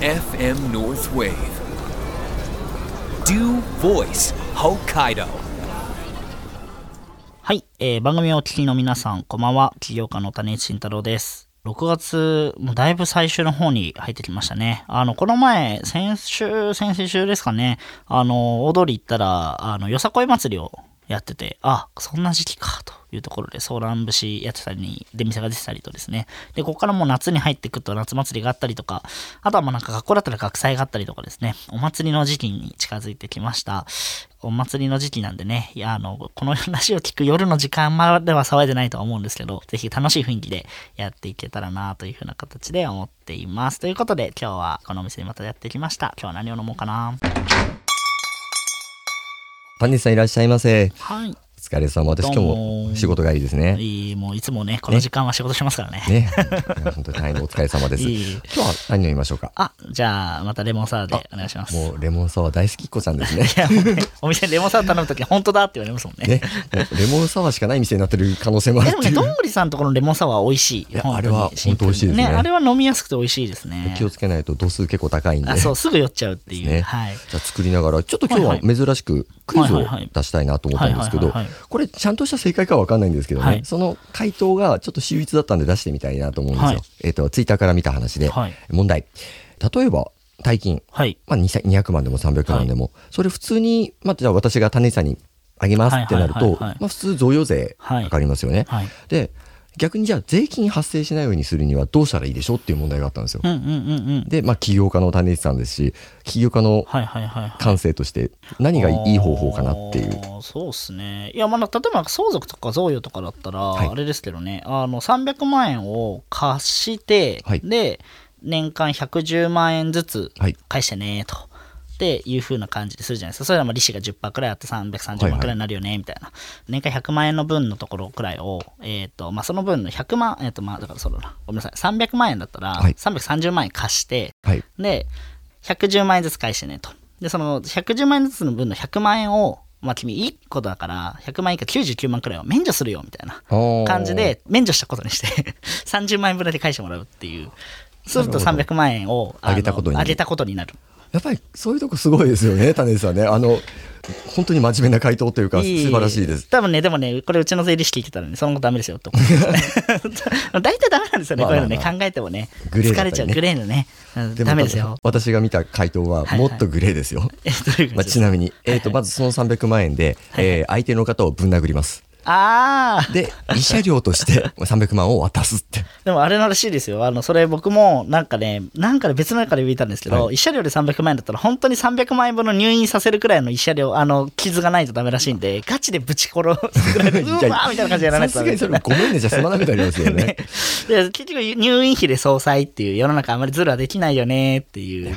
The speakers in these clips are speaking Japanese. FM North Wave. Do Voice Hokkaido. はい、えー番組をお聞きの皆さん、こんばんは。起業家の種市慎太郎です。6月、もうだいぶ最終の方に入ってきましたね。あの、この前、先週、先々週ですかね、あの、大通り行ったら、あの、よさこい祭りをやってて、あ、そんな時期か、というところで、ソーラン節やってたり、出店が出てたりとですね。で、ここからもう夏に入ってくと、夏祭りがあったりとか、あとはまあなんか学校だったら学祭があったりとかですね、お祭りの時期に近づいてきました。お祭りの時期なんでね、いや、あの、この話を聞く夜の時間までは騒いでないとは思うんですけど、ぜひ楽しい雰囲気でやっていけたらなというふうな形で思っています。ということで、今日はこのお店にまたやってきました。今日は何を飲もうかなパンディさんいらっしゃいませ。はい。お疲れ様です。今ど日うもも仕事帰りですね。いいもういつもね、この時間は仕事しますからね。ね、いや本当に大変お疲れ様です。いえいえ今日は何飲みましょうか。あ、じゃあ、またレモンサワーでお願いします。もうレモンサワー大好きっ子ちゃんですね。いやもうね お店でレモンサワー頼むとき、本当だって言われますもんね。ね、もうレモンサワーしかない店になってる可能性もあえ るでもってね、いうどんぐりさんとこのレモンサワー美味しい。いや本当にあれは本当美味しいですねあれは飲みやすくて美味しいですね。気をつけないと度数結構高いんで。あ、そう、すぐ酔っちゃうっていう。ねはい。じゃあ作りながら、ちょっと今日はいはは珍しくクイズを出したいなと思ったんですけはどいはいはいはいはい、これちゃんとした正解かは分かんないんですけどね、はいその回答がちょっと秀逸だったんで出してみたいなと思うんですよ。はいえっ、と、ツイッターから見た話で、はい問題。例えば、大金、はい。まあ、200 200万でも300万でも、それ普通に、まあ、じゃあ私が種井さんにあげますってなるはいはいはいと、はまいあ、普通贈与税はいかかりますよね。はい。で、逆にじゃあ税金発生しないようにするにはどうしたらいいでしょうっていう問題があったんですよう。んうんうんうん。で、まあ、起業家の種井さんですし、起業家のはいはいはいはい。感性として何がいい方法かなっていう。あー。そうですね。いや、まあ、例えば相続とか贈与とかだったら、はいあれですけどね、あの、300万円を貸して、はいで、年間110万円ずつはい返してね、と。っていう風な感じでするじゃないですか。それはまあ利子が10%くらいあって330万くらいになるよね、みたいな。年間100万円の分のところくらいを、えっ、と、まあ、その分の100万、えっ、と、まあ、だからそうだな。ごめんなさい。300万円だったら、はい330万円貸して、はい。で、110万円ずつ返してねと。で、その110万円ずつの分の100万円を、まあ君いいことだから、100万円以下99万くらいは免除するよみたいな感じで、免除したことにして、30万円分だけ返してもらうっていう。そうするとなる300万円をあげたことになあるげたことになる。やっぱりそういうとこすごいですよね、種井さんね。あの、本当に真面目な回答というか、素いい晴らしいです。多分ね、でもね、これうちの税理士聞いてたらね、そのことダメですよって 思うんですよね大体ダメなんですよね、こういうのね、まあまあ考えてもね、グレーだ疲ったりねれちゃう、グレーのね、うんもダメですよ。私が見た回答はもっとグレーですよ。え どういうことまあ、ですちかなみに、えー、とまずその300万円で、えー相手の方をぶん殴ります。ああで、慰謝料と して300万を渡すって。でもあれらしいですよ。あの、それ僕もなんかね、なんかで別の中で見たんですけど、は慰謝料で300万円だったら本当に300万円分の入院させるくらいの慰謝料、あの、傷がないとダメらしいんで、ガチでぶち殺すくらいの、うわ いやーみたいな感じでやらないさとダメですがすよにそれね。ごめんね、じゃ済まなみたいになりますよね。で結局入院費で総裁っていう世の中あんまりズルはできないよねっていう。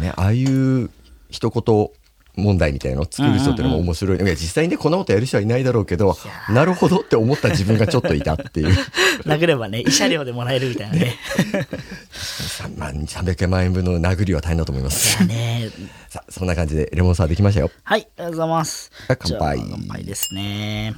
ね、ああいう一言問題みたいなのを作る人ってのも面白い。いや、実際にね、こんなことやる人はいないだろうけど、なるほどって思った自分がちょっといたっていう。殴ればね、慰謝料でもらえるみたいなね。 3万、300万円分の殴りは大変だと思います。ねさあ、そんな感じでレモンサワーできましたよ。はい、ありがとうございます。乾杯じゃあ乾杯ですね。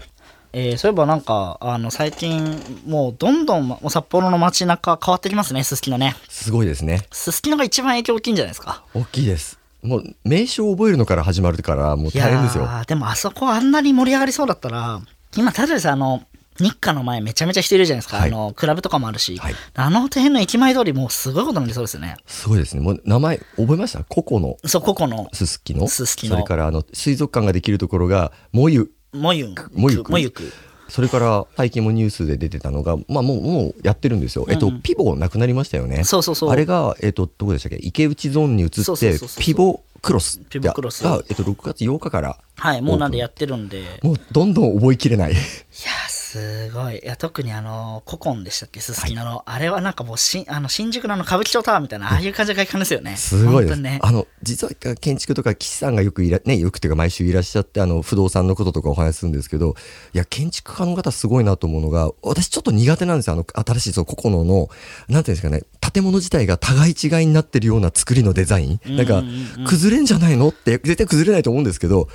えーそういえばなんか、あの、最近、もうどんどん、もう札幌の街中変わってきますね、すすきのね。すごいですね。すすきのが一番影響大きいんじゃないですか。大きいです。もう名称を覚えるのから始まるから、もういや大変ですよ。ーでもあそこあんなに盛り上がりそうだったら、今、ただでさ、あの、日課の前めちゃめちゃ人いるじゃないですか。はいあの、クラブとかもあるし、はいあの辺の駅前通りもうすごいことになりそうですよね。すごいですね。もう名前覚えましたココのそう、ここの、すすきの。すすきのそれからあの水族館ができるところが、もゆ。もゆん。もゆくもゆく。それから最近もニュースで出てたのが、まあもう、もうやってるんですよ。えっと、ピボなくなりましたよね。そうそうそうあれが、えっと、どこでしたっけ池内ゾーンに移っそうそうてそうそう、ピボクロス。ピボクロスが、えっと、6月8日から。はい、もうなんでやってるんで。もうどんどん覚えきれない。いやー、すごい。いや、特にあの、古今でしたっけ、すすきのの。あれはなんかもうしん、あの、新宿のあの、歌舞伎町タワーみたいな、ああいう感じが外観ですよね。すごい本で当す。にね。あの、実は建築とか岸さんがよくいら、ね、よくっていうか毎週いらっしゃって、あの、不動産のこととかお話しするんですけど、いや、建築家の方すごいなと思うのが、私ちょっと苦手なんですよ。あの、新しい、その、個々の、なんていうんですかね、建物自体が互い違いになってるような作りのデザイン。なんか、崩れんじゃないのって、絶対崩れないと思うんですけど、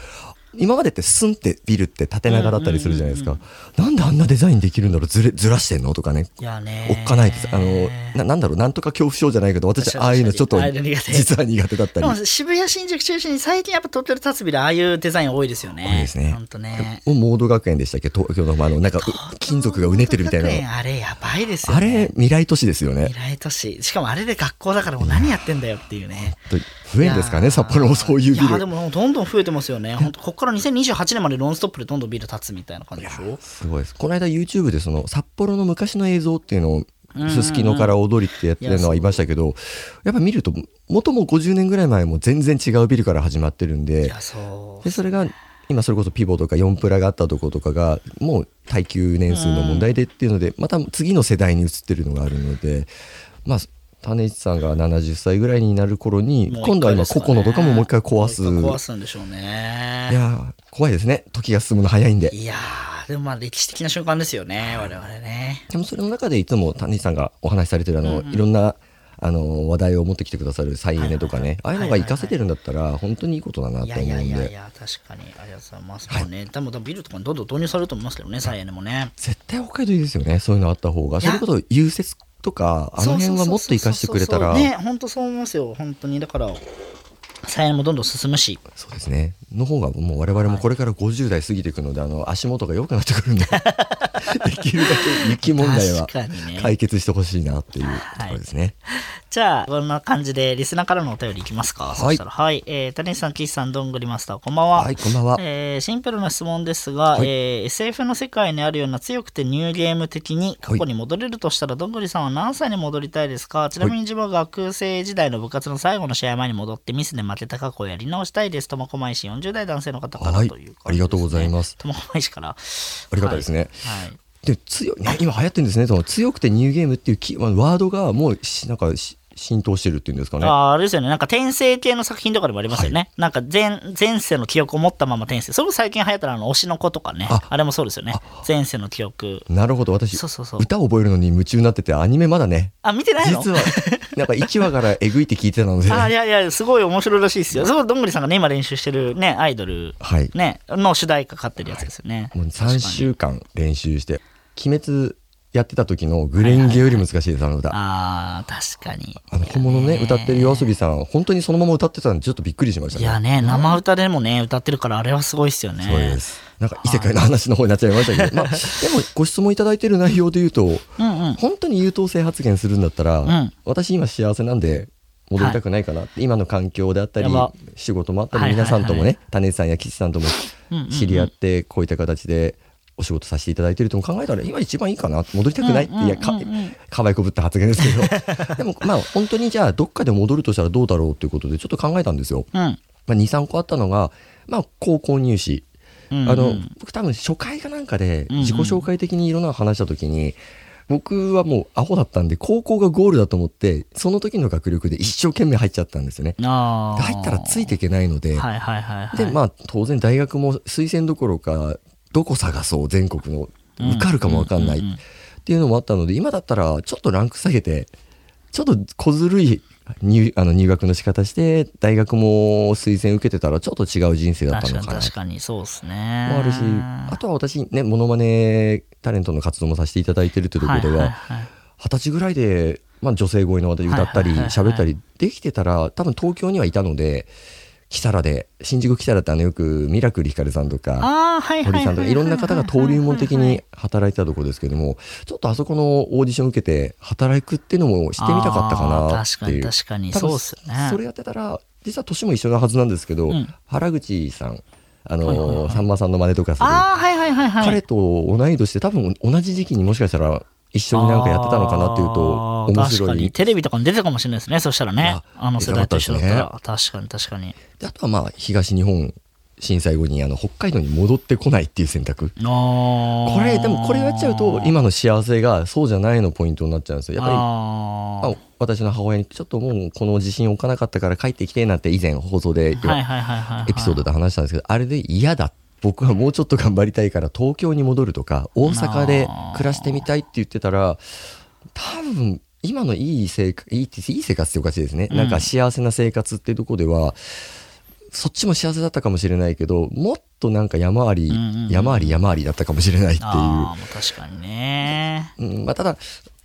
今までってスンってビルって縦長だったりするじゃないですか。なんであんなデザインできるんだろうずれ、ずらしてんのとかね。いやねおっかないです。あの、ななんだろうなんとか恐怖症じゃないけど私確かにああいうのちょっとああいうの苦手実は苦手だっでたりも渋谷、新宿中心に最近やっぱ東京で立つビル、ああいうデザイン多いですよね。多いですねほんとね。モード学園でしたっけ東京のあのなんかう金属がうねってるみたいな東京学の園あれやばいですよあねれ。未来都市ですよね未来都市。しかもあれで学校だからもう何やってんだよっていうね。と増えんですかいやねー札幌もそういうビいやーでルもどんどん増えてますよね。本当ここから2028年までノンストップでどんどんビル建つみたいな感じでしょ。すごいですこの間 YouTube でその札幌の昔の映像っていうのをすすきのから踊りってやってるのはいましたけどやっぱ見ると元も50年ぐらい前も全然違うビルから始まってるんいでや、そうで。それが今それこそピボとか4プラがあったとことかがもう耐久年数の問題でっていうのでまた次の世代に移ってるのがあるのでまあ種市さんが70歳ぐらいになる頃にもう一回今度は今ですか個ね々のとかももう一回壊すもう一回壊いすんでしょうね。いややー怖いですね時が進むの早いんでー、でもまあ歴史的な瞬間ですよね、我々ね。でもそれの中でいつも種市さんがお話しされてるあの、いろんなあの話題を持ってきてくださる再エネとかね、はいはいはいああいうのが活かせてるんだったら本当にいいことだなとい思やうんいでやいやいや、確かに。ありがとうございます。もうね、多分多分ビルとかにどんどん導入されると思いますけどね、再エネもね。絶対北海道いいですよねそういうのあった方がいやそれこそ融雪とかあの辺はもっと生かしてくれたそらうそうそうそうね、本当そう思いますよ。本当に。だから、再エネもどんどん進むし。そうですねの方がもう我々もこれから50代過ぎていくので、あの足元が良くなってく るんでできるだけ雪問題は確かにね解決してほしいなっていうところですね、 じゃあ、こんな感じで、リスナーからのお便りいきますか。はいそしたら、はい。えー、谷さん、岸さん、どんぐりマスター、こんばんは。はいこんばんはえーシンプルな質問ですが、はいえー SF の世界にあるような強くてニューゲーム的に過去に戻れるとしたら、どんぐりさんは何歳に戻りたいですかちなみに自分は学生時代の部活の最後の試合前に戻ってミスで負けた過去をやり直したいです。苫小牧市40代男性の方からはいという、ありがとうございます苫小牧市から。ありがたいですね、はい。はいで強いね今流行ってるんですねその強くてニューゲームっていうキーワワードがもうしなんかし浸透してるっていうんですかねあーあれですよね、なんか転生系の作品とかでもありますよね。なんか前前世の記憶を持ったまま転生。それも最近流行ったのはあの推しの子とかね。ああれもそうですよね。前世の記憶。なるほど私そうそうそう歌覚えるのに夢中になっててアニメまだねあ、見てないの実はなんか1話からえぐいって聞いてたのであいやいや、すごい面白いらしいですよ。そこどんぐりさんがね、今練習してるね、アイドル、はいね、の主題歌買ってるやつですよね。もう確か3に週間練習して「鬼滅」やってた時のグレンゲより難しいですあの歌。ああ、確かに。あの本物ね歌ってる夜遊びさん本当にそのまま歌ってたんでちょっとびっくりしましたいやね、ね。生歌でもね、歌ってるから、あれはすごいっすよね。そうですなんか異世界の話の方になっちゃいましたけど、まあ、でもご質問いただいてる内容で言うと、うんうん。本当に優等生発言するんだったら、ん私今幸せなんで戻りたくないかなって、今の環境であったりやば仕事もあったり、はいはいはい皆さんともね種さんや岸さんともうんうんうん知り合ってこういった形でお仕事させていただいてるとも考えたら今一番いいかな戻りたくないって、いやかかわいこぶった発言ですけどでもまあ本当にじゃあどっかで戻るとしたらどうだろうということでちょっと考えたんですよ。うん。まあ、23個あったのが、まあ、高校入試、うんうんあの僕多分初回かなんかでうんうん自己紹介的にいろんなの話した時に、僕はもうアホだったんで高校がゴールだと思ってその時の学力で一生懸命入っちゃったんですよね。あであ。入ったらついていけないので、はいはいはいはい。でまあ当然大学も推薦どころかどこ探そう全国のうん受かるかも分かんないうんうんうんっていうのもあったので今だったらちょっとランク下げてちょっと小ずるい入あの入学の仕方して大学も推薦受けてたらちょっと違う人生だった確かのにかな確かにそうですね。もあるしあとは私ねモノマネタレントの活動もさせていただいてるということはいはいははい二十歳ぐらいで、まあ、女性声の私歌ったりはいはいはいはい喋ったりできてたら多分東京にはいたのでキサラで新宿キサラってあのよくミラクルヒカルさんとかああ、はいはいは堀い。さんとかいろんな方が登竜門的に働いてたところですけどもちょっとあそこのオーディション受けて働くっていうのもしてみたかったかなあっーていう確かに確かに多分そうっすよねそれやってたら実は年も一緒なはずなんですけど、うん原口さんあはいはいはのいさんまさんの真似とかするああ、はいはいはいはい。彼と同い年で多分同じ時期にもしかしたら一緒になんかやってたのかなっていうとあー面白確いかに。テレビとかに出てたかもしれないですね。そしたらねあ。あの世代と一緒だった出らた。確かに確かに。であとはまあ東日本震災後にあの北海道に戻ってこないっていう選択ここれでもこれをやっちゃうと今の幸せがそうじゃないのポイントになっちゃうんですよやっぱりあまあ私の母親にちょっともうこの自信置かなかったから帰ってきてなんて以前放送でーはいはいはいはいはい。エピソードで話したんですけど、あれで嫌だ僕はもうちょっと頑張りたいから東京に戻るとか大阪で暮らしてみたいって言ってたら多分今のいい生活いいいい生活っておかしいですね、うんなんか幸せな生活っていうところではそっちも幸せだったかもしれないけどもっとなんか山あり、うんうんうん山あり山ありだったかもしれないっていうあーもう確かにね。うんまあ、ただ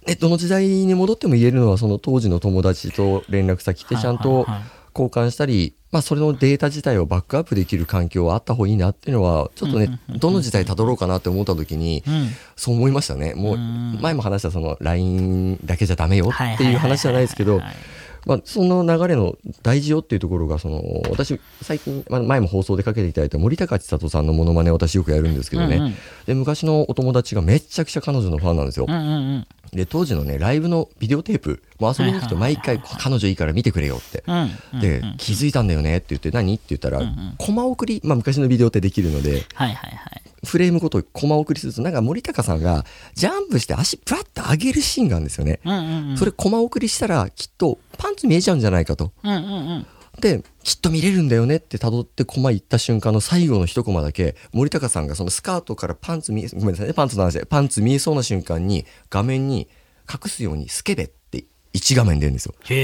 ね、どの時代に戻っても言えるのはその当時の友達と連絡先ではいちゃんはいとはい交換したり、まあ、それのデータ自体をバックアップできる環境はあった方がいいなっていうのはちょっとねどの時代たどろうかなって思った時にうんそう思いましたねもう前も話したその LINE だけじゃダメよっていう話じゃないですけどはは。いはいまあ、その流れの大事よっていうところがその私最近、まあ、前も放送でかけていただいた森高千里さんのものまね私よくやるんですけどね、うんうんで昔のお友達がめちゃくちゃ彼女のファンなんですよ、はいうんうんで当時のねライブのビデオテープもう遊びに行くと毎回彼女いいから見てくれよって、うんうんうんで気づいたんだよねって言って何って言ったら、コマ送り、まあ、昔のビデオってできるのではいはいはいフレームごとコマ送りするとなんか森高さんがジャンプして足プラッと上げるシーンがあるんですよね、うんうんうんそれコマ送りしたらきっとパンツ見えちゃうんじゃないかとうんうんうんできっと見れるんだよねって辿ってコマ行った瞬間の最後の一コマだけ森高さんがそのスカートからパンツ見えごめんなさいねパンツの話でパンツ見えそうな瞬間に画面に隠すようにスケベって1画面出るんですよへ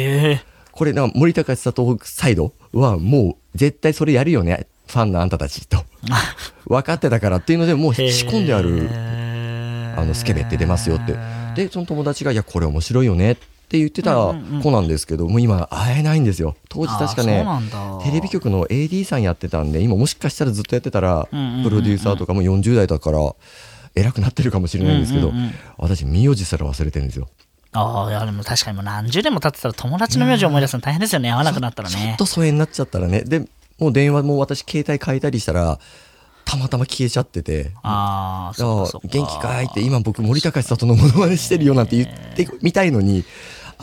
えこれな森高千里サイドはもう絶対それやるよねファンのあんたた ちと分かってたからっていうのでもう仕込んであるあのスケベって出ますよってでその友達が「いやこれ面白いよね」って言ってた子なんですけど、もう今会えないんですよ当時確かあーそねうなんだテレビ局の AD さんやってたんで今もしかしたらずっとやってたら、うんうんうんうんプロデューサーとかも40代だから偉くなってるかもしれないんですけど、うんうんうん私名字すら忘れてるんですよ。ああいやでも確かにもう何十年も経ってたら友達の名字を思い出すの大変ですよね会わなくなったらちょねっと疎遠になっちゃったらねでもう電話も私携帯変えたりしたらたまたま消えちゃっててああだからそうかそうか元気かいって今僕森高千里のモノマネしてるよなんて言ってみたいのに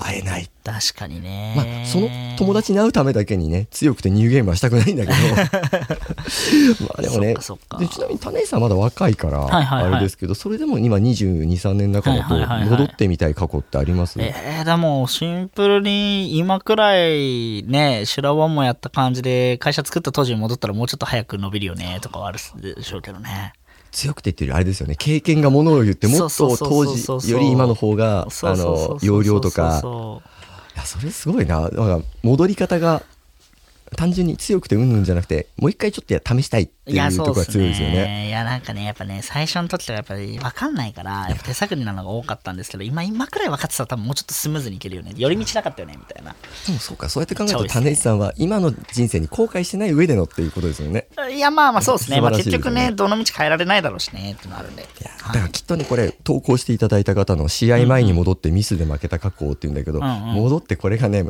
会えない、確かにね、まあ、その友達に会うためだけにね強くてニューゲームはしたくないんだ けどまあでもそっねかそっかでちなみに種井さんまだ若いからはいはいはいあれですけどそれでも今2 2 3年の中だはいはいはいはいと戻ってみたい過去ってあります、えー、でもシンプルに今くらいね修羅場もやった感じで会社作った当時に戻ったらもうちょっと早く伸びるよねとかはあるでしょうけどね強くて言ってるよりあれですよね経験がものを言ってもっそうとそうそう当そうそう時より今の方がそうあそうそうそうの容量とかそういやそれすごいななんか戻り方が単純に強くてうんうんじゃなくてもう一回ちょっとや試したいっていいやうとそうこでがす強いですよね。ねいやなんかねやっぱね最初の時はやっぱり分かんないからやっぱ手探りなのが多かったんですけど今今くらい分かってたら多分もうちょっとスムーズにいけるよね寄り道なかったよねみたいなでもそうかそうやって考えるそうとですね種市さんは今の人生に後悔してない上でのっていうことですよね。いやまあまあそうですね素まあ晴らしい結ですね局ねどの道変えられないだろうしねってのあるんでいやだからきっとねこれ投稿していただいた方の試合前に戻ってミスで負けた過去っていうんだけど、うんうん戻ってこれがね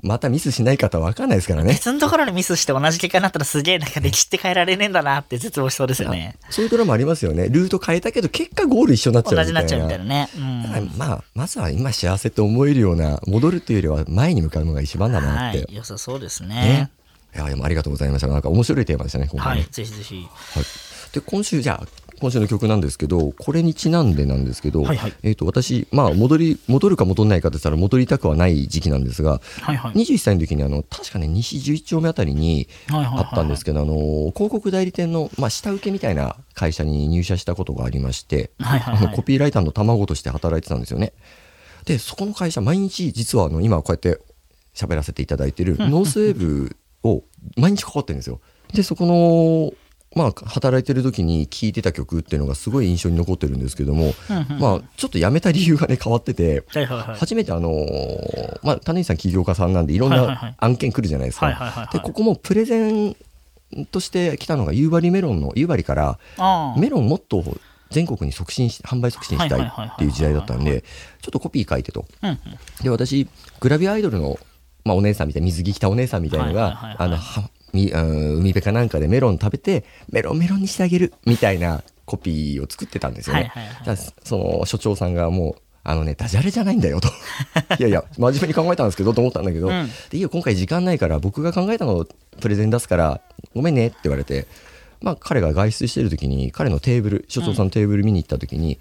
またミスしない方は分かんないですからね。別のところでミスして同じ結果になったらすげえなんか歴史って変えられねえんだなって絶望しそうですよね。そういうドラマありますよね。ルート変えたけど結果ゴール一緒になっちゃ同うじみになたいっちゃうな。みたいなね。うだからん。まあまずは今幸せって思えるような戻るというよりは前に向かうのが一番だなはってい、良さそうですねね。。いや、でもありがとうございました。なんか面白いテーマでしたね、今回はねい、ぜひぜひ。はいで、今週、じゃあ、今週の曲なんですけど、これにちなんでなんですけど、はいはいえっ、と、私、まあ、戻り、戻るか戻んないかって言ったら戻りたくはない時期なんですが、はいはい。 21歳の時に、あの、確かね、西11丁目あたりに、はいはいはいあったんですけど、あの、広告代理店の、まあ、下請けみたいな会社に入社したことがありまして、はいはいはいあのコピーライターの卵として働いてたんですよね。で、そこの会社、毎日、実はあの今、こうやって喋らせていただいてるノースウェーブを毎日かかってるんですよ。で、そこの、まあ、働いてる時に聴いてた曲っていうのがすごい印象に残ってるんですけども、まあ、ちょっと辞めた理由がね、変わってて、はいはいはい。初めてあのーまあ、種市さん起業家さんなんでいろんはいはいはいな案件来るじゃないですはいはいはいかは。いでここもプレゼンとして来たのが夕張メロンの夕張からああメロンもっと全国に促進し販売促進したいっていう時代だったんでちょっとコピー書いてと。うんうん。で私グラビアアイドルの、まあ、お姉さんみたいな水着着たお姉さんみたいなのはいはいはいはがいあのはみあー海辺かなんかでメロン食べてメロンメロンにしてあげるみたいなコピーを作ってたんですよね。はいはいはいただその所長さんがもうあのねダジャレじゃないん だよといやいや真面目に考えたんですけどと思ったんだけど、うんでいいよ今回時間ないから僕が考えたのをプレゼン出すからごめんねって言われて、まあ、彼が外出してる時に彼のテーブル所長さんのテーブル見に行った時に、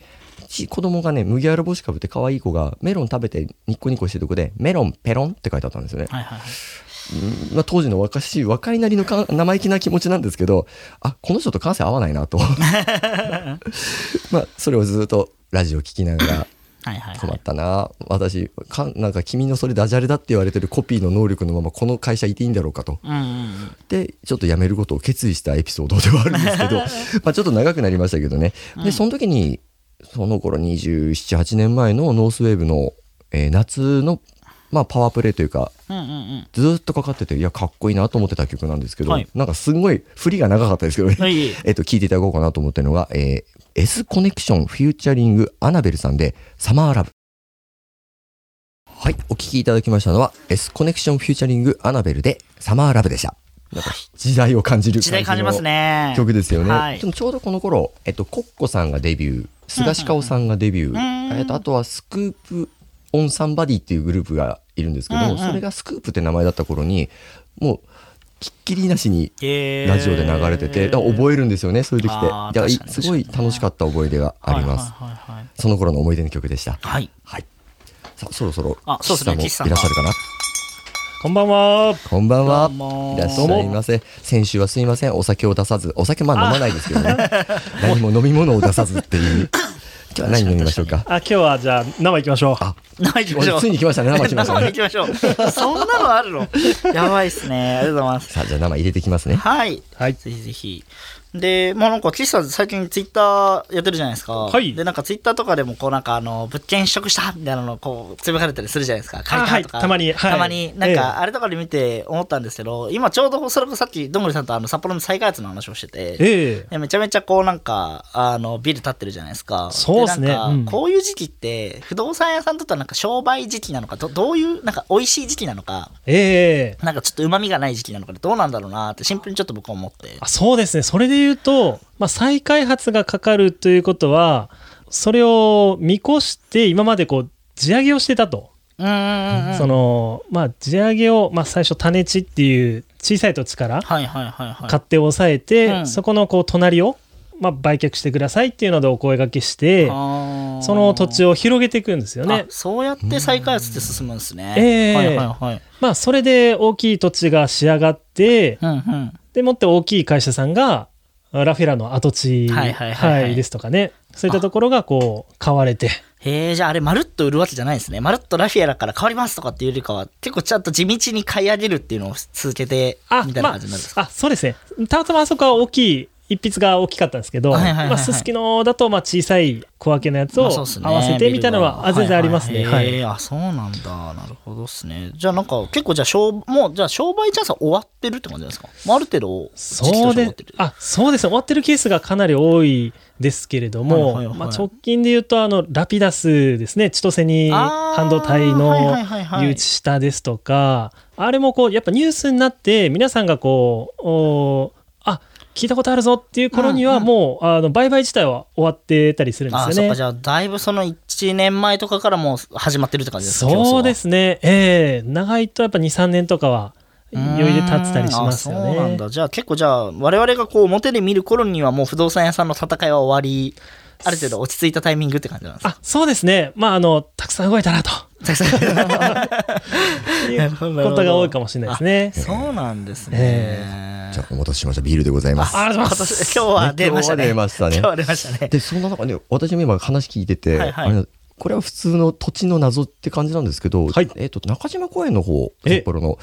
ち子供がね麦わら帽子かぶって可愛い子がメロン食べてニッコニコしてるとこでメロンペロンって書いてあったんですよね、はいはいはい。まあ、当時の若しい若いなりのか生意気な気持ちなんですけどあこの人と感性合わないなとまあそれをずっとラジオ聞きながらはいはいは困いっ。たな私かなんか君のそれダジャレだって言われてるコピーの能力のままこの会社いていいんだろうかとうんうんうん。でちょっと辞めることを決意したエピソードではあるんですけどまあちょっと長くなりましたけどねでその時にその頃27、8年前のノースウェーブの、えー夏の、まあ、パワープレイというか、うんうんうん。ずーっとかかってて、いや、かっこいいなと思ってた曲なんですけど、はいなんかすんごい振りが長かったですけどね、 はい。えっと、聞いていただこうかなと思ってるのが、えー S コネクションフューチャリングアナベルさんで、サマーラブ。はい、お聞きいただきましたのは、S コネクションフューチャリングアナベルで、サマーラブでした。なんか時代を感じる時代感じますね。曲ですよね、はいでもちょうどこの頃、えっと、コッコさんがデビュー菅氏顔さんがデビうュー、んうんえっと、あとはスクープ・オン・サンバディっていうグループがいるんですけど、うんうんそれがスクープって名前だった頃にもうきっきりなしにえーラジオで流れてて、だから覚えるんですよねそういう時ってあーだからい確かにすごい楽しかった思い出があります、はいはいはいはいその頃の思い出の曲でしたはい。はいさあそろそろあそうですね岸岸ささんんもいがらっしゃるかなこんばんは。こんばんはどうもいらっしゃいませ先週はすいませんお酒を出さずお酒まあ飲まないですけどね何も飲み物を出さずっ ていうじゃあ何飲みましょうかあ、今日はじゃあ生行きましょう。あ生行きましょう。ついに来ましたね生来 ました生ね行きましょう。そんなのあるのやばいっすね。ありがとうございます。さあじゃあ生入れてきますねはい。はいぜひぜひ。で、もうなんか、岸さん最近ツイッターやってるじゃないですか。はいで、なんかツイッターとかでも、こうなんか、あの、物件取得したみたいなのをこう、つぶやかれたりするじゃないですか。借りたとか。はいたまにはいたまに、なんええか、あれとかで見て思ったんですけど、今ちょうど、それこそさっき、どんぐりさんとあの、札幌の再開発の話をしてて。ええでめちゃめちゃこうなんかあのビル建ってるじゃないですかそうっすねなんかうんこういう時期って不動産屋さんにとってはなんか商売時期なのかどどういうなんか美味しい時期なのかええなんかちょっとうまみがない時期なのかどうなんだろうなってシンプルにちょっと僕は思ってあそうですね。それで言うと、まあ、再開発がかかるということは、それを見越して今までこう、地上げをしてたと。うんうんうんその、まあ、地上げを、まあ、最初種地っていう小さい土地からはいはいはいはい買って抑えて、うんそこのこう、隣を、まあ、売却してくださいっていうのでお声掛けして、その土地をを広げていくんですよね。そうやって再開発って進むんですね、ええはいはいはいまあ、それで大きい土地が仕上がって、うんうんでもって大きい会社さんがあラフェラの跡地、はいはいはいはいはいですとかねそういったところがこう買われてへえじゃああれまるっと売るわけじゃないですねまるっとラフィアラから変わりますとかっていうよりかは結構ちゃんと地道に買い上げるっていうのを続けてあみたいなま感じになるんですか、ああそうですねたまたまあそこは大きい一筆が大きかったんですけどはいはいはいはいまあすすきのだとまあ小さい小分けのやつまをあ合そうわっすねせてみたいなのはあ全然ありますね。ビルがははいはいはいへいえあそうなんだなるほどですねじゃあなんか結構じゃあ商もうじゃあ商売チャンスは終わってるって感じなんですかもうある程度時期そとしうて終わでってるあそうですね終わってるケースがかなり多いですけれども、はいはいはいまあ、直近で言うとあのラピダスですね千歳にあー半導体はいのはいはいはい誘致したですとかあれもこうやっぱニュースになって皆さんがこうおーあ聞いたことあるぞっていう頃にうんはうんもう、あの売買自体は終わってたりするんであすそっよかねじ。ゃあだいぶその1年前とかからもう始まってるって感じですかそうで競争はすね、ええ長いとやっぱ23年とかは余裕で経ってたりしますようね。ーんあそうなんだじゃあ結構じゃあ我々がこう表で見る頃にはもう不動産屋さんの戦いは終わりある程度落ち着いたタイミングって感じなんですかあそうですね、まあ、あのたくさん動いたなと いうことが多いかもしれないですね。そうなんですねえ、じゃあお待たせしましたビールでございますあありがとうござ今います。日は出ましたね今日は出ましたね今日は出ましたねでそんな中ね私も今話聞いてて、はいはいあれこれは普通の土地の謎って感じなんですけど、はいえっと中島公園の方え札幌の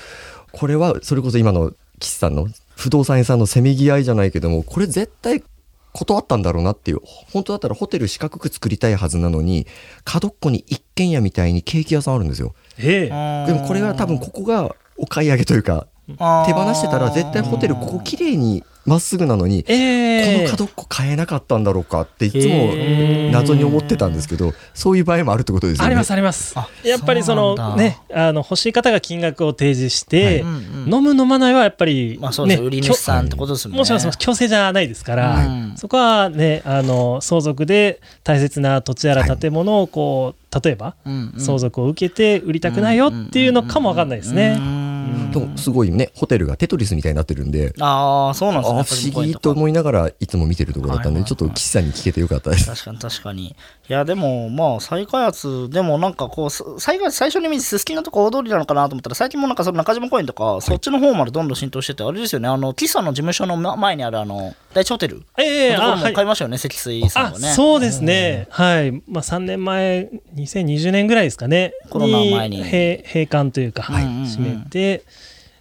これはそれこそ今の岸さんの不動産屋さんのせめぎ合いじゃないけどもこれ絶対断ったんだろうなっていう本当だったらホテル四角く作りたいはずなのに角っこに一軒家みたいにケーキ屋さんあるんですよええでもこれは多分ここがお買い上げというか手手放してたら絶対ホテルここ綺麗にまっすぐなのにええこの角っこ変えなかったんだろうかっていつもへー謎に思ってたんですけどそういう場合もあるってことですよね。ありますありますあ。やっぱりそそうなのんだね、あの欲しい方が金額を提示して、うんうん飲む飲まないはやっぱり、まあそうですね売り主さんっきてことですょもんねもちろんその強制じゃないですから、うんそこはね、あの相続で大切な土地やら建物をこう、例えばうんうん相続を受けて売りたくないよっていうのかもわかんないですうね。んでもすごいねホテルがテトリスみたいになってるんで。ああそうなんあですね不思議と思いながらいつも見てるところだったんはいではいちょっと岸さんに聞けてよかったです。確かに確かに。いや、でも、まあ、再開発、でもなんかこう、す再開発、最初のイメージ、すすきのとか大通りなのかなと思ったら、最近もなんかその中島公園とか、そっちの方までどんどん浸透してて、あれですよね、あの、喫茶の事務所のま前にある、あの、第一ホテルのええところあもは買いいましたよね、積水さんあはね。そうですね、はいまあ、3年前、2020年ぐらいですかね、コロナ前に閉閉館というか、はいうんうんうん閉めて、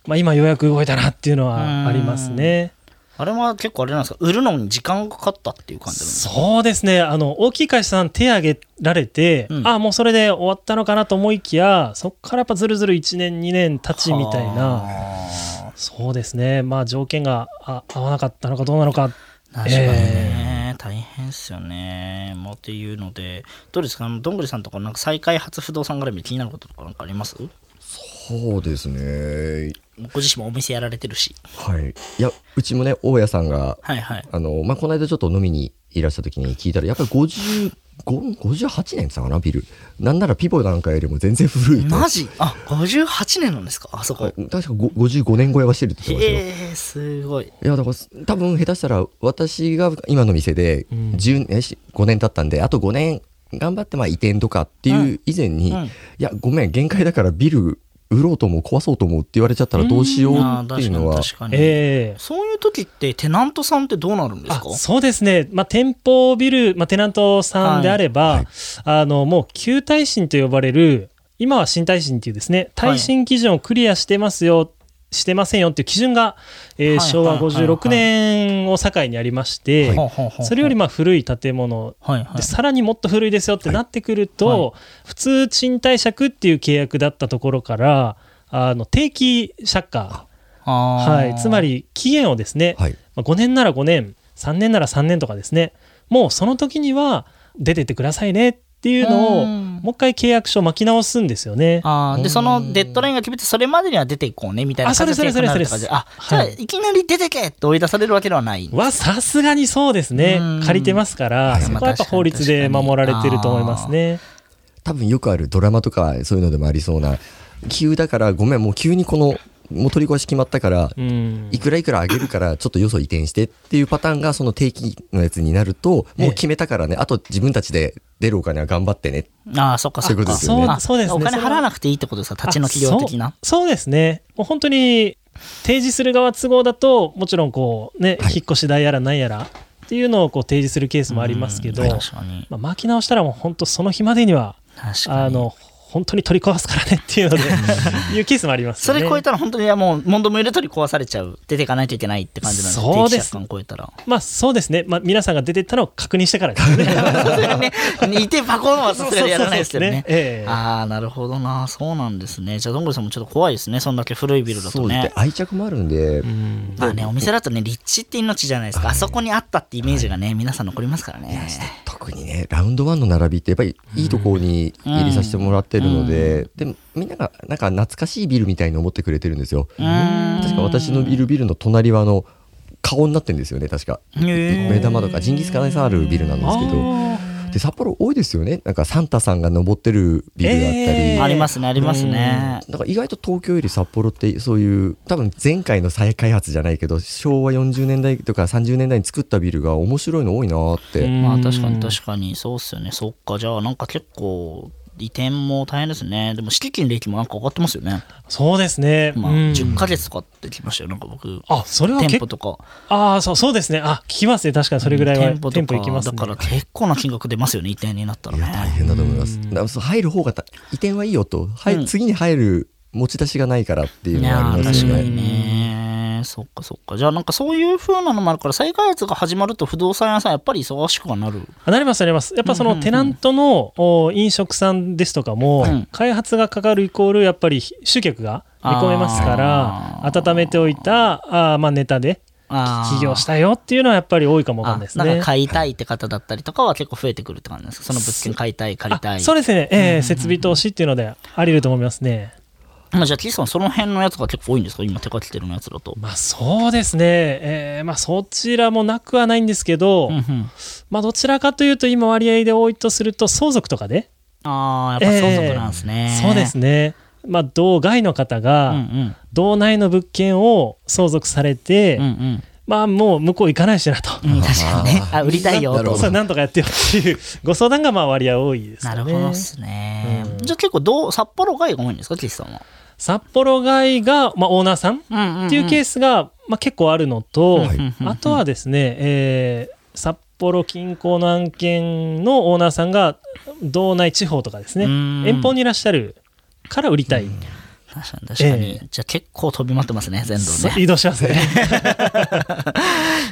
まあ、今、ようやく動いたなっていうのはありますね。あれは結構あれなんですか売るのに時間がかかったっていう感じなんですかそうですねあの大きい会社さん手挙げられて、うんあもうそれで終わったのかなと思いきやそこからやっぱずるずる1年2年経ちみたいなはそうですねまあ条件があ合わなかったのかどうなのかあ確かにね、大変ですよねもうっていうのでどうですかあのどんぐりさんとかなんか再開発不動産絡みで気になることとかなんかありますそうですね。ご自身もお店やられてるしはい。いや、うちもね、大家さんが、はいはいあの、まあ、この間ちょっと飲みにいらした時に聞いたら、やっぱり55、58年さかな、ビル。なんならピボなんかよりも全然古いと。マジあ58年なんですかあそこ、はい確かご55年超えはしてるって言ってましたよ。へえすごいいやだから多分下手したら私が今の店でうん10年し5年経ったんであと5年頑張ってまあ移転とかっていう以前に、うんいやごめん限界だからビル売ろうとも壊そうともって言われちゃったらどうしようあーっていうのは確かに確かに、ええそういう時ってテナントさんってどうなるんですあかそうですね、まあ、店舗ビル、まあ、テナントさんであれば、あのもう旧耐震と呼ばれる今は新耐震っていうですねはい耐震基準をクリアしてますよ、してませんよっていう基準が、えーはい昭和56年を境にありまして、ほうほうほうそれよりまあ古い建物はいはいでさらにもっと古いですよってなってくると、はい普通賃貸借っていう契約だったところからあの定期借家、あーはい、つまり期限をですね、はいまあ、5年なら5年3年なら3年とかですねもうその時には出てってくださいねっていうのうをんもう一回契約書を巻き直すんですよね。あーでそのデッドラインが決めてそれまでには出ていこうねみたいなあそ感れじでそれなるそれって感じあじそれゃあはいいきなり出てけって追い出されるわけではないはさすがにそうですねうん借りてますからいそこはやっぱ法律で守られてると思いますね。多分よくあるドラマとかそういうのでもありそうな急だからごめんもう急にこのもう取り壊し決まったから、うんいくらいくら上げるからちょっとよそ移転してっていうパターンがその定期のやつになるともう決めたからねあと自分たちで出るお金は頑張ってねああそっかそっそういうことかですよねあそうそうですねお金それ払はわなくていいってことですか立ち退き料的なあそうそうですねもう本当に提示する側都合だともちろんこうね、はい引っ越し代やらなんやらっていうのをこう提示するケースもありますけど、うん確かにまあ、巻き直したらもう本当その日までには確かあにの本当に取り壊すからねっていうのでいうケースもありますそよね。れ超えたら本当にいやもう問答無用で取り壊されちゃう出ていかないといけないって感じなんでそうです定期借款超えたらまあそうですね、まあ、皆さんが出てったのを確認してからですね。さすがにね、いてパコーンはさすがにやらないですけどね そうそうそうそうね。ええああ、なるほどな。そうなんですね。じゃあ、どんぐりさんもちょっと怖いですね。そんだけ古いビルだそとうでね。愛着もあるんで、まあね、お店だとね、立地って命じゃないですか。あそこにあったってイメージがね、皆さん残りますからね。特にねラウンドワンの並びってやっぱりいいところに入れさせてもらってるので、でもみんながなんか懐かしいビルみたいに思ってくれてるんですよん確か私のビルビルの隣はあの顔になってるんですよね確かへー目玉とかジンギスカンにあるビルなんですけどあで札幌多いですよねなんかサンタさんが登ってるビルがあったり、えーありますね、ありますね。なんか意外と東京より札幌ってそういう多分前回の再開発じゃないけど昭和40年代とか30年代に作ったビルが面白いの多いなーって、ーまあ、確かに確かに、そうっすよね。そっか、じゃあ、なんか結構、移転も大変ですね。でも、敷金利益もなんか上がってますよね。そうですね。まあ、うん10ヶ月とかってきましたよ、なんか僕。あそれは店結舗構とか。ああそうそうですねあ聞きますね確かにそれぐらいは、うんテンポ行きますねだから結構な金額出ますよね、移転になったら大ね。変だと思います。だからそう入る方がた移転はいいよと、はいうん次に入る持ち出しがないからっていういのやはありーます確よかね。にね。そっかそっか。じゃあなんかそういう風なのもあるから、再開発が始まると不動産屋さんやっぱり忙しくはなる。あなりますなりますやっぱそうんうんのうんテナントのお飲食さんですとかもうん開発がかかるイコールやっぱり集客が見込めますからあー温めておいたあーまあネタであー起業したよっていうのはやっぱり多いかもわかんないですあなんねか。買いたいって方だったりとかは結構増えてくるって感じなんですかその物件買いたい、借りたあい。そうですね、えー設備投資っていうのであり得ると思いますね。まあじゃあ、岸さん、その辺のやつが結構多いんですか今手掛けてるのやつだと。まあそうですね、えーまあそちらもなくはないんですけど、うんうんまあどちらかというと今割合で多いとすると相続とかで、ああ、やっぱ相続なんですね。そうですね。ね、まあ道外の方うんが、うん。道内の物件を相続されて、うんまあもう向こう行かないしなと。うん。うん 確かにね。あ、売りたいよなるとほど。そうなんとかやってよっていうご相談がまあ割合多いですなかるねほどですね。うんじゃあ結構どう、札幌が多いんですか、岸さんは。札幌外が、まあ、オーナーさんっうんていうケースが、まあ、結構あるのと、はいあとはですね、えー札幌近郊の案件のオーナーさんが道内地方とかですねうん遠方にいらっしゃるから売りたいっ確かに確かに。えじゃあ結構飛び回ってますね、全土そ ね。移動しますね。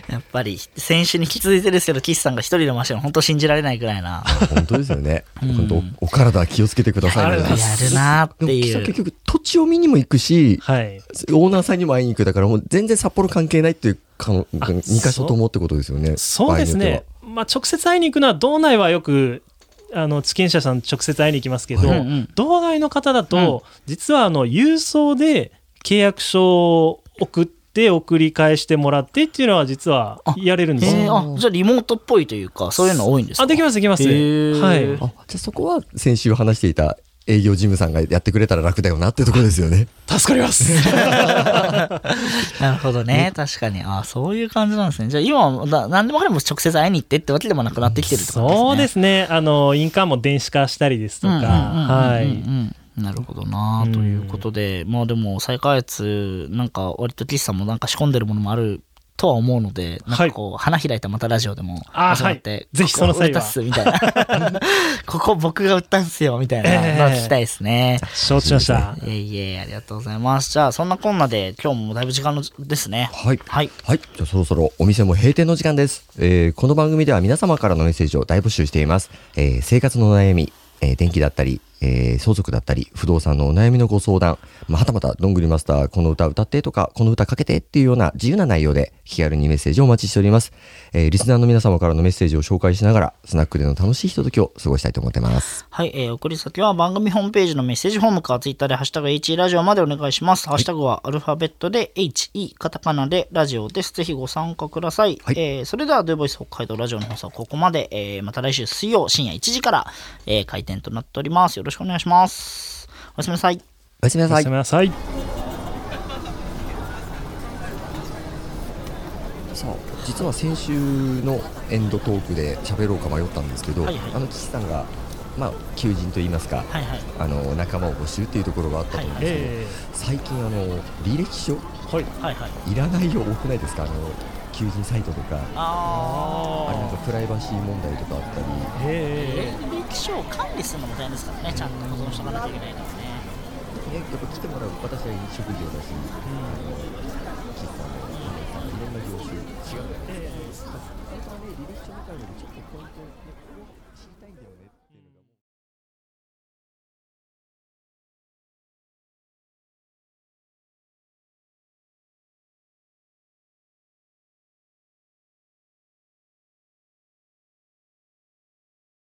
やっぱり、先週に引き続いてですけど、岸さんが一人で回してるの本当信じられないくらいな。本当ですよね。本当お体気をつけてくださいね。ありが とうございやるなーっでてもい岸さんう結。局土地を見にも行くし、はい。オーナーさんにも会いに行くだからもう全然札幌関係ないっていうかの2箇所ともってことですよね。そうですね。まあ、直接会いに行くのは、道内はよく、あの、地権者さん直接会いに行きますけど、はいうんうん道外の方だと、実は、あの、郵送で契約書を送って、送り返してもらってっていうのは、実はあやれるんですえー、よ。あ、じゃあリモートっぽいというか、そういうの多いんですかあ、できます、できます。へーはい。場合によってはあじゃあそこは先週話していた営業事務さんがやってくれたら楽だよなってところですよね。助かります。なるほどね。確かに。ああそういう感じなんですね。じゃあ今はな、何でもかんでも直接会いに行ってってわけでもなくなってきてるってことですね。そうですね。あの、印鑑も電子化したりですとか、はうんうんうんうんい。うんなるほどなうんということで、まあでも再開発なんか割と岸さんもなんか仕込んでるものもあるとは思うのでなんはかいこう、花開いたまたラジオでもあー始まって、はいぜひその際はここ俺たちっすみたいな ここ僕が売ったんすよみたいええなのを聞きたいですね、承知しました。いえいえありがとうございますじゃあそんなこんなで今日もだいぶ時間のですねはい。はいはい。じゃあそろそろお店も閉店の時間です。えーこの番組では皆様からのメッセージを大募集しています。えー生活のお悩み、えー電気だったり、えー相続だったり、不動産のお悩みのご相談、まあはたまた、どんぐりマスター、この歌歌ってとか、この歌かけてっていうような自由な内容で気軽にメッセージをお待ちしております。えーリスナーの皆様からのメッセージを紹介しながら、スナックでの楽しいひとときを過ごしたいと思ってます。はい、えー送り先は番組ホームページのメッセージフォームかツイッターで「ハッシュタグ #HE ラジオ」までお願いします。ハッシュタグはアルファベットで HE カタカナでラジオです。ぜひご参加ください。はいえーそれでは、ドゥーボイス北海道ラジオの放送はここまで。えーまた来週水曜深夜1時から、えー開店となっております。よろしくお願いします。おやすみなさい。おやすみなおさやいすみ。なさい。さあ実は先週のエンドトークで喋ろうか迷ったんですけど、はいはいあの岸さんが、まあ、求人といいますか、はいはい。あの仲間を募集っていうところがあったと思うんですけど、え最近あの履歴書ーはい。はいはい。いらないよ多くないですかあの求人サイトとかああれなんかプライバシー問題とかあったー。りえ履歴書を管理するのも大変ですからね。ちゃんと保存しとかなきゃいけないですね。ねやっぱ来てもらう私は食事をだし、あの岸さんのさんいろんな業種違うじゃないですか、えー、ペーパーで履歴書みたいなのでちょっとポイントを知りたいんだよね